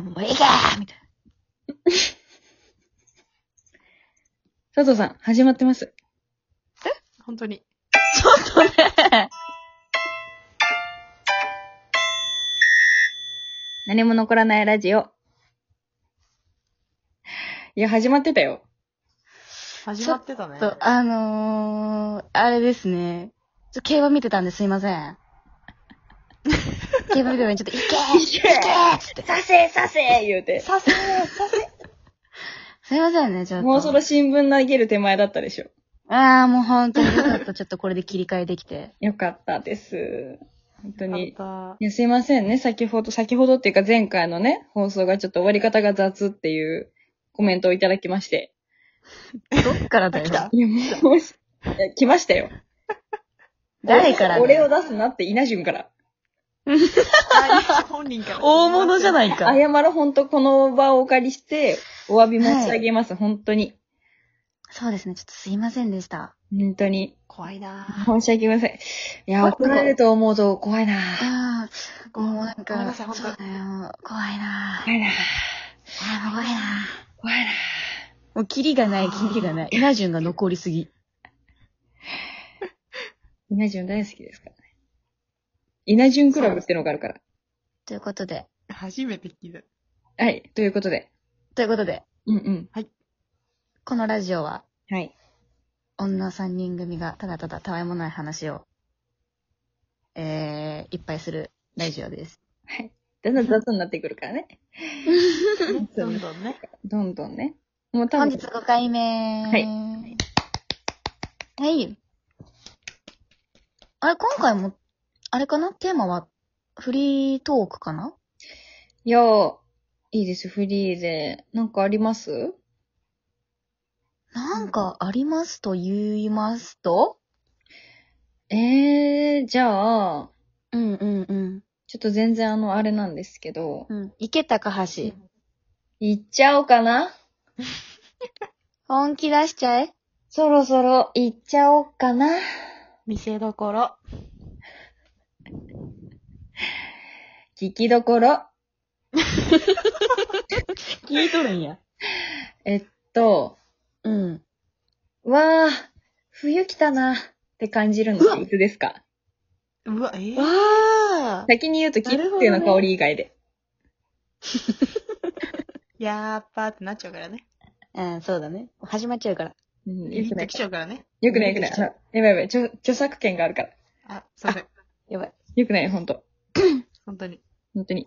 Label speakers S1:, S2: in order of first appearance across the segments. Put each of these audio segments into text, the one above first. S1: もういけーみたい
S2: 佐藤さん、始まってます。
S3: な。本当に。
S2: 何も残らないラジオ。いや、始まってたよ。
S3: 始まってたね
S1: な。。そう、あのー、あれですね。ちょ競馬見てたんですいませ ん。競馬見てたんでちょっと、いけーいけーつって。
S2: させさせ言うて。
S3: させさせ
S1: すいませんね、ちょっと。
S2: もうそろ新聞投げる手前だったでしょ。
S1: あー、もう本当によかった。ちょっとこれで切り替えできて。
S2: よかったです。本当に。い
S3: あっ
S2: や、すいませんね。先ほど、先ほどっていうか前回のね、放送がちょっと終わり方が雑っていうコメントをいただきまして。
S1: どっからだよ。
S2: いや、もう、いや来ましたよ。
S1: 誰からだよ
S2: 俺を出すなって稲順から。
S3: た。本人から。
S1: 大物じゃないか。
S2: 謝る本当この場をお借りして、お詫び申し上げます。本当に。
S1: そうですね、ちょっとすいませんでした。
S2: 本当に。
S3: 怖いな
S2: 申し訳ございません。いや、
S1: あ
S2: 怒られると思うと怖いな
S1: あー、もうなん
S3: ごめん
S1: か、
S3: なさい本当
S1: そうだよ。怖いなぁ。
S2: 怖いな
S1: あー、怖いなぁ。
S2: 怖いな
S1: もう、キリがない、キリがない。稲順が残りすぎ。
S2: 稲順大好きですからね。稲順クラブってのがあるから。
S1: ということで。
S3: 初めて聞いた。
S2: はい。ということで。
S1: ということで、
S2: うんうん。
S1: このラジオは、
S2: はい。
S1: 女三人組がただただたわいもない話を、えー、いっぱいするラジオです。
S2: はい。だんだん雑になってくるから ね。
S3: どんどんね。
S2: どんどんね。もう多
S1: 本
S2: 分
S1: 日、5回目。
S2: はい。
S1: はい。あれ、今回も、あれかなテーマは、フリートークかない
S2: やー、いいです、フリーで。なんかあります
S1: なんかありますと言いますと
S2: えー、じゃあ、
S1: うんうんうん。
S2: ちょっと全然あの、あれなんですけど、
S1: うん。池高橋。
S2: 行っちゃおうか な
S1: 本気出しちゃえ。
S2: そろそろ行っちゃおうかな。
S3: 見せどころ。
S2: 聞きどころ。
S1: 聞いとるんや。
S2: えっと、
S1: うん。
S2: わー、冬来たなって感じるのっていつですか
S3: うわ、えー
S1: わあ
S2: 先に言うと切っての香り以外で。
S3: やーっぱーってなっちゃうからね。
S1: うん、そうだね。始まっちゃうから。
S2: うん、
S3: 言
S2: よ
S3: っ
S2: くな
S3: て
S2: い
S3: き。ちゃうからね。
S2: よくない、よくない。
S3: 言
S2: あのやばいやばい、著著作権があるから。
S3: あ、すいません。
S1: やばい。
S2: よくない、ほんと。
S3: 本当に。
S2: ほんとに。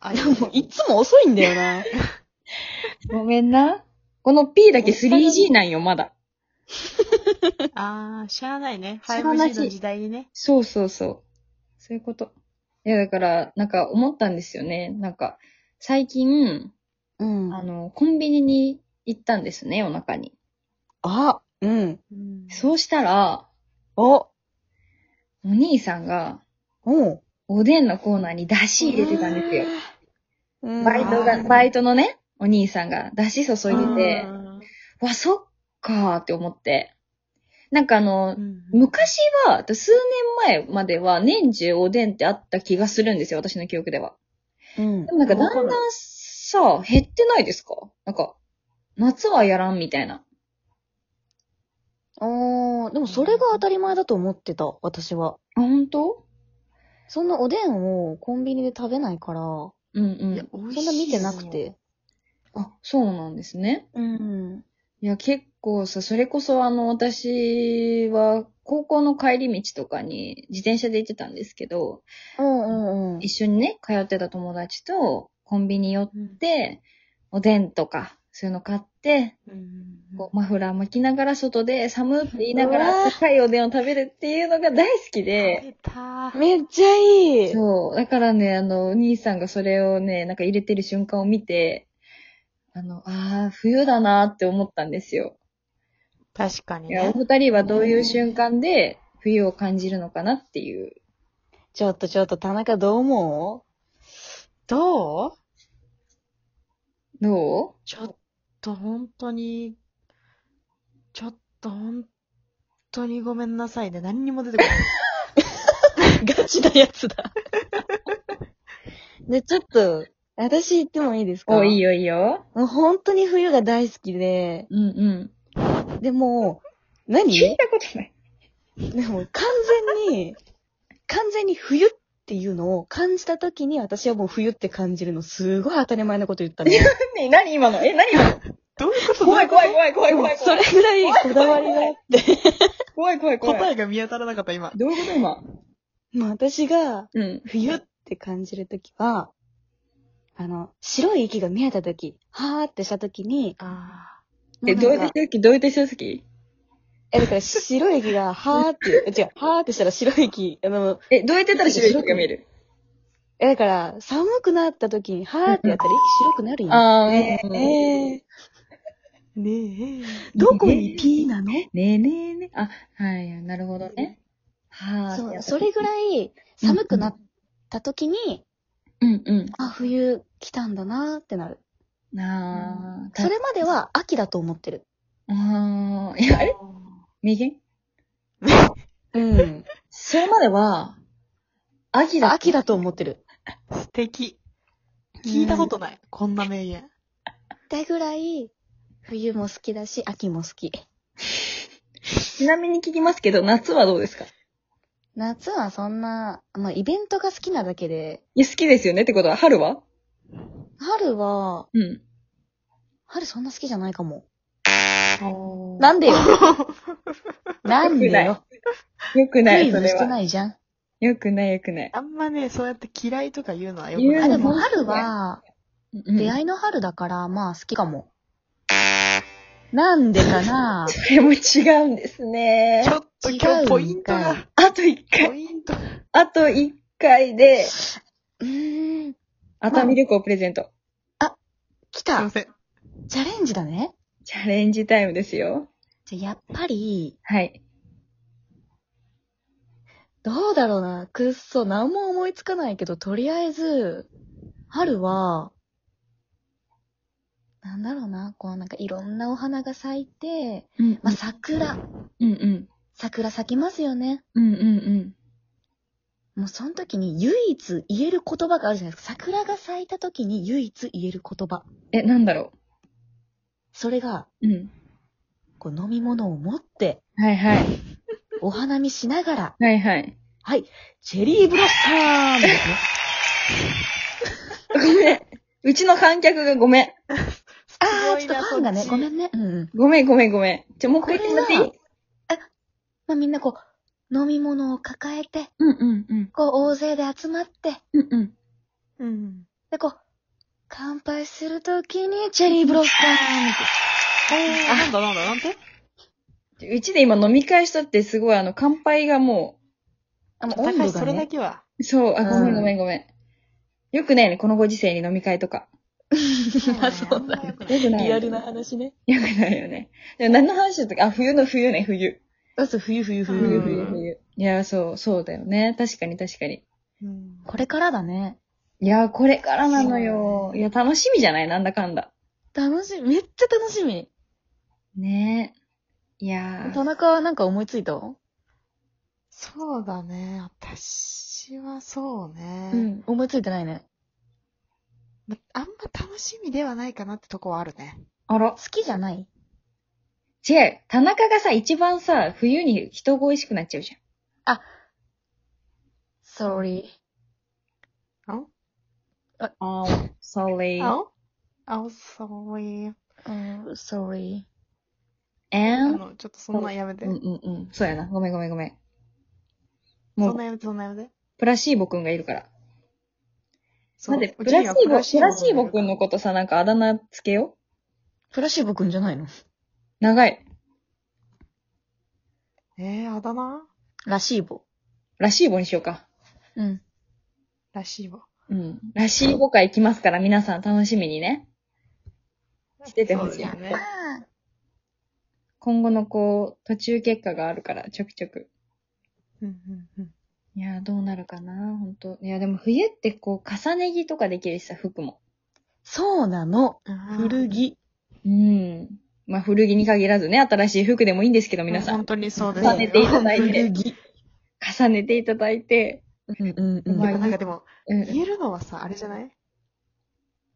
S3: 本
S1: で
S3: 当に。
S1: も、いつも遅いんだよな。
S2: ごめんな。この P だけ 3G なんよ、まだ。
S3: あー、しゃーないね。
S2: しゃーないし
S3: 5G の時代にね。
S2: そうそうそう。そういうこと。いや、だから、なんか思ったんですよね。なんか、最近、
S1: うん
S2: あの、コンビニに行ったんですね、夜中に。
S1: あ、うん。
S3: うん
S2: そうしたら、
S1: お、
S2: お兄さんが、
S1: おう。
S2: おでんのコーナーに出汁入れてたんですよ。
S1: うん
S2: バイト
S3: う
S2: が、
S3: ん
S2: バイトのね、お兄さんが出汁注いで
S3: うん
S2: て、わ、そっかーって思って。なんかあの
S3: う、ん
S2: 昔は、数年前までは年中おでんってあった気がするんですよ、私の記憶では。
S1: うん
S2: で。もなんかだんだんさ、減ってないですかなんか、夏はやらんみたいな。
S1: おー、でもそれが当たり前だと思ってた、私は。
S2: あ、本当
S1: そんなおでんをコンビニで食べないから、そ
S2: うんう
S3: いや
S2: ん。
S3: 美味し
S1: ん
S3: い
S1: な見てなくて。
S2: あ、そうなんですね。
S1: うん。
S2: いや、結構さ、それこそあの、私は、高校の帰り道とかに自転車で行ってたんですけど、
S1: うんうんうん
S2: 一。緒にね、通ってた友達とコンビニ寄っ
S3: うん
S2: て、おでんとか、そういうの買って、
S3: うん
S2: こうマフラー巻きながら外で寒って言いなが
S1: うわ
S2: ら、
S1: ー
S2: 高いおでんを食べるっていうのが大好きで、
S3: 出たー。
S1: めっちゃいい。
S2: そう。だからね、あの、お兄さんがそれをね、なんか入れてる瞬間を見て、あの、ああ、冬だなって思ったんですよ。
S3: 確かに
S2: いや、お
S3: ね。
S2: 二人はどういう瞬間で冬を感じるのかなっていう。
S1: ちょっとちょっと、田中どう思
S3: どう
S2: ど
S3: ちょっと本当に、ちょっと本当にごめんなさいね。何にも出てこない。
S1: うガチなやつだ。で、ちょっと、私言ってもいいですか
S2: お、いいよいいよ。
S1: もう本当に冬が大好きで、
S2: うんうん。
S1: でも、
S2: 聞い
S1: 何
S2: たことない。
S1: でも完全に、完全に冬っていうのを感じた時に私はもう冬って感じるのすごい当たり前なこと言ったね。
S2: 何何今のえ、何今の
S3: どういうこと
S2: 怖い怖い怖い怖い怖い
S1: そ
S2: 怖い。
S1: れぐらいこだわりがあって。
S2: 怖い怖い怖い。
S3: 答えが見当たらなかった、今。
S2: どういうこと今。
S1: もう私が
S2: うん。
S1: 冬って感じるときは、あの、白い息が見えたとき、はーってしたときに、
S3: あ
S2: え、
S1: も
S2: どう
S1: ないん
S2: う
S1: か
S2: 時どういう時
S1: え、だから白い息 が、はーって、違う、はーってしたら白い息、あの、
S2: え、どうやってやったら白い時が見える
S1: え、だから、寒くなったときに、はーってや ったら息白くなるやん。
S2: あー、
S1: えー、
S2: ね
S1: え
S3: あ。ねえ。
S1: ー、どこに P なの
S2: えねえねえ。あ、はい、なるほどね。はあ。
S1: そう、それぐらい寒くなったときに、
S2: うんうん。
S1: あ、冬来たんだなーってなる。
S2: なあ、
S1: それまでは秋だと思ってる。
S2: ああ、いや、あれ右
S1: うん。
S2: それまでは、秋だ。
S1: 秋だと思ってる。
S3: 素敵。聞いたことない。こんな名言。
S1: ってぐらい、冬も好きだし、秋も好き。
S2: ちなみに聞きますけど、夏はどうですかい
S1: 夏はそんな、まあ、イベントが好きなだけで、
S2: や、好きですよねってことは、春は
S1: 春は、
S2: うん。
S1: 春そんな好きじゃないかも。
S2: な、
S1: なんでよなんでよ
S2: よくな
S1: ク
S2: い、
S1: イ
S2: そ
S1: ズ
S2: れ
S1: して
S2: は。
S1: ないじゃん。
S2: よくない、よくない。
S3: あんまね、そうやって嫌いとか言うのはよく
S2: 言う
S3: な
S1: あ、
S3: い。
S1: でも春は、
S2: うん
S1: 出会いの春だから、まあ好きかも。なんでか な
S2: それも違うんですね
S3: ち。ょっと今日ポイント
S1: 違うん
S3: が、
S2: あと一
S3: ポ
S2: 回、
S3: イントが。
S2: あと一回で、
S1: うーん。
S2: 熱海旅行プレゼント。
S1: 来
S3: すいま
S1: た
S3: せん。
S1: チャレンジだね。
S2: チャレンジタイムですよ。
S1: じゃ、やっぱり、
S2: はい。
S1: どうだろうな。くっそ、なんも思いつかないけど、とりあえず、春は、なんだろうな。こう、なんかいろんなお花が咲いて、
S2: うん
S1: まあ、桜。
S2: うんうん。
S1: 桜咲きますよね。
S2: うんうんうん。
S1: もうその時に唯一言える言葉があるじゃないですか。桜が咲いた時に唯一言える言葉。
S2: え、なんだろ
S1: それが、
S2: う。うん。
S1: こう飲み物を持って、
S2: はいはい。
S1: お花見しながら、
S2: はいはい。
S1: はい、チェリーブロッサームですね。
S2: ごめん。うちの観客がごめん。
S1: あー、ちょっとファンがね、
S3: そ
S1: ご
S3: っち
S1: めんね。うんうん。
S2: ごめんごめんごめん。じゃ、もう一回言ってもらっていい
S1: これまあみんなこう、飲み物を抱えて、
S2: うんうんうん。
S1: こう大勢で集まって、
S2: うんうん。
S3: うん。
S1: でこう、乾杯するときにチェリーブロッサームって。
S3: あ、なんだなんだなんて
S2: うちで今飲み会しとってすごいあの乾杯がも
S1: あの、温
S3: 高
S1: 度
S3: 橋、そ
S1: が
S3: れだ
S1: ね、
S3: けは。
S2: う、そう、あ、ごめ
S1: うん
S2: んごめんごめん。よくないね、このご時世に飲み会とか。
S1: あそうだ
S3: よ。
S2: よくない。
S1: リアルな話ね。
S2: よくないよね。でも何の話だったっけあ、冬の冬ね、冬。
S1: あ、そう、冬冬冬
S2: 冬
S1: 冬
S2: 冬
S1: 冬。
S2: 冬。いや、そう、そうだよね。確かに確かに。
S3: うん
S1: これからだね。
S2: いや、これからなのよ。いや、楽しみじゃないなんだかんだ。
S1: 楽しみ、めっちゃ楽しみ。
S2: ねえ。いや
S1: 田中はなんか思いついたう
S3: そうだね。私はそうね。
S1: ん、思いついてないね。
S3: まあんま楽しみではないかなってとこはあるね。
S2: あら
S1: 好。きじゃない
S2: 違う。田中がさ、一番さ、冬に人恋しくなっちゃうじゃん。
S1: ?sorry.
S3: あ
S2: あー、sorry.
S3: あおあお、そういう。
S1: うん、sorry.
S3: あ
S2: and,
S3: の、ちょっとそんなんやめて。
S2: うんうんうん。そうやな。ごめんごめんごめん。も
S3: そん
S2: う
S3: な、んやめて、そんなんやめて。
S2: プラシーボくんがいるから。
S3: そ
S2: な
S3: うん
S2: で、プ
S3: うち
S2: ラ
S3: に
S2: シ
S3: は
S2: ーボ、プラシーボ
S3: が
S2: くんのことさ、なんかあだ名つけよ
S1: プラシーボくんじゃないの
S2: う。長い。
S3: えー、あだ名
S1: ラシーボ。
S2: ラシーボにしようか。
S1: うん。
S3: らしいわ。
S2: うん。ラシーボ会来ますから、皆さん楽しみにね。しててほしい
S3: そうだね。
S2: 今後のこう、途中結果があるから、ちょくちょく。
S3: うんうんうん。
S2: いやー、どうなるかな本当いや、でも冬ってこう、重ね着とかできるしさ、服も。
S1: そうなの。
S3: あー
S1: 古着。
S2: うん。まあ、古着に限らずね、新しい服でもいいんですけど、皆さ
S3: 本
S2: ん。
S3: 当にそうですよ。
S2: 重ねていただいて
S1: 古、着。
S2: 重ねていただいて、
S1: うんうん
S2: うま
S1: う
S2: い
S1: ん。
S3: なんかでも、
S2: うん、
S3: 言えるのはさ、あれじゃない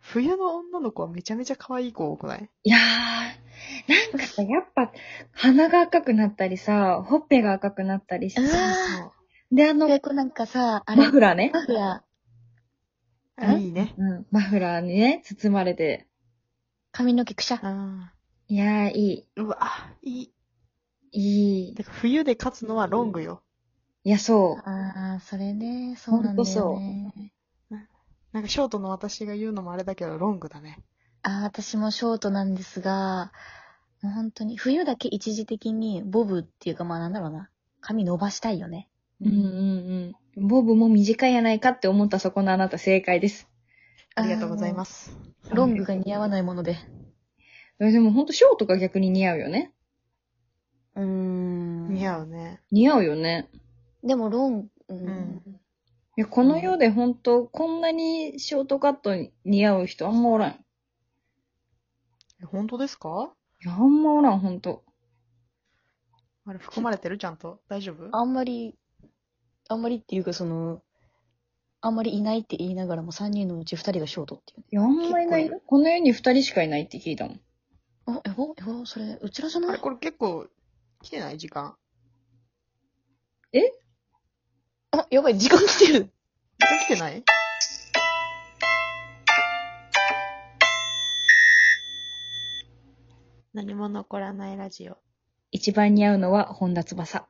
S3: 冬の女の子はめちゃめちゃ可愛い子多くない
S2: いやー、なんかさ、やっぱ、鼻が赤くなったりさ、ほっぺが赤くなったりして
S1: う
S2: さ、
S1: わ
S2: で、あ
S1: ー。
S2: の
S1: で、、こうなんかさ、あれ
S2: マ、フラーね。
S1: マフラー、
S3: あいいね。
S2: うん、マフラーにね、包まれて。
S1: 髪の毛くしゃ。
S3: あ
S2: いやー、い
S3: ーうわ、いい。
S2: い、いい。
S3: だから冬で勝つのはロングよ。
S2: いや、そう。
S1: ああ、それね、そうなん
S2: ほ
S1: だよ、ね。
S2: んとそう
S3: なんかショートの私が言うのもあれだけど、ロングだね。
S1: あー私もショートなんですが、もう本当に、冬だけ一時的にボブっていうかまあなんだろうな、髪伸ばしたいよね。
S2: うんうんうん。ボブも短いやないかって思ったそこのあなた正解です。
S3: ありがとうございます。
S1: あの。ロングが似合わないもので。
S2: えでもほんとショートが逆に似合うよね。
S4: うーん。
S3: 似合うね。
S2: 似合うよね。
S1: でもロン、うんん、
S2: いや、この世でほんと、こんなにショートカットに似合う人あんまおらん。い
S3: え本当ですか
S2: や、あんまおらん、ほんと。
S3: あれ含まれてるちゃんと。大丈夫
S4: あんまり、あんまりっていうかその、
S1: あんまりいないって言いながらも3人のうち2人がショートっていうね。
S2: いや、あんまいないよ。この世に二人しかいないって聞いたもん。
S1: あ、えほえほそれ、うちらじゃ
S3: あ
S1: な
S3: れ
S1: い
S3: これ結構来てない時間。
S4: あ、やばい、時間来てる。
S3: 時間来てない何も残らないラジオ。
S2: 一番似合うのは本田翼。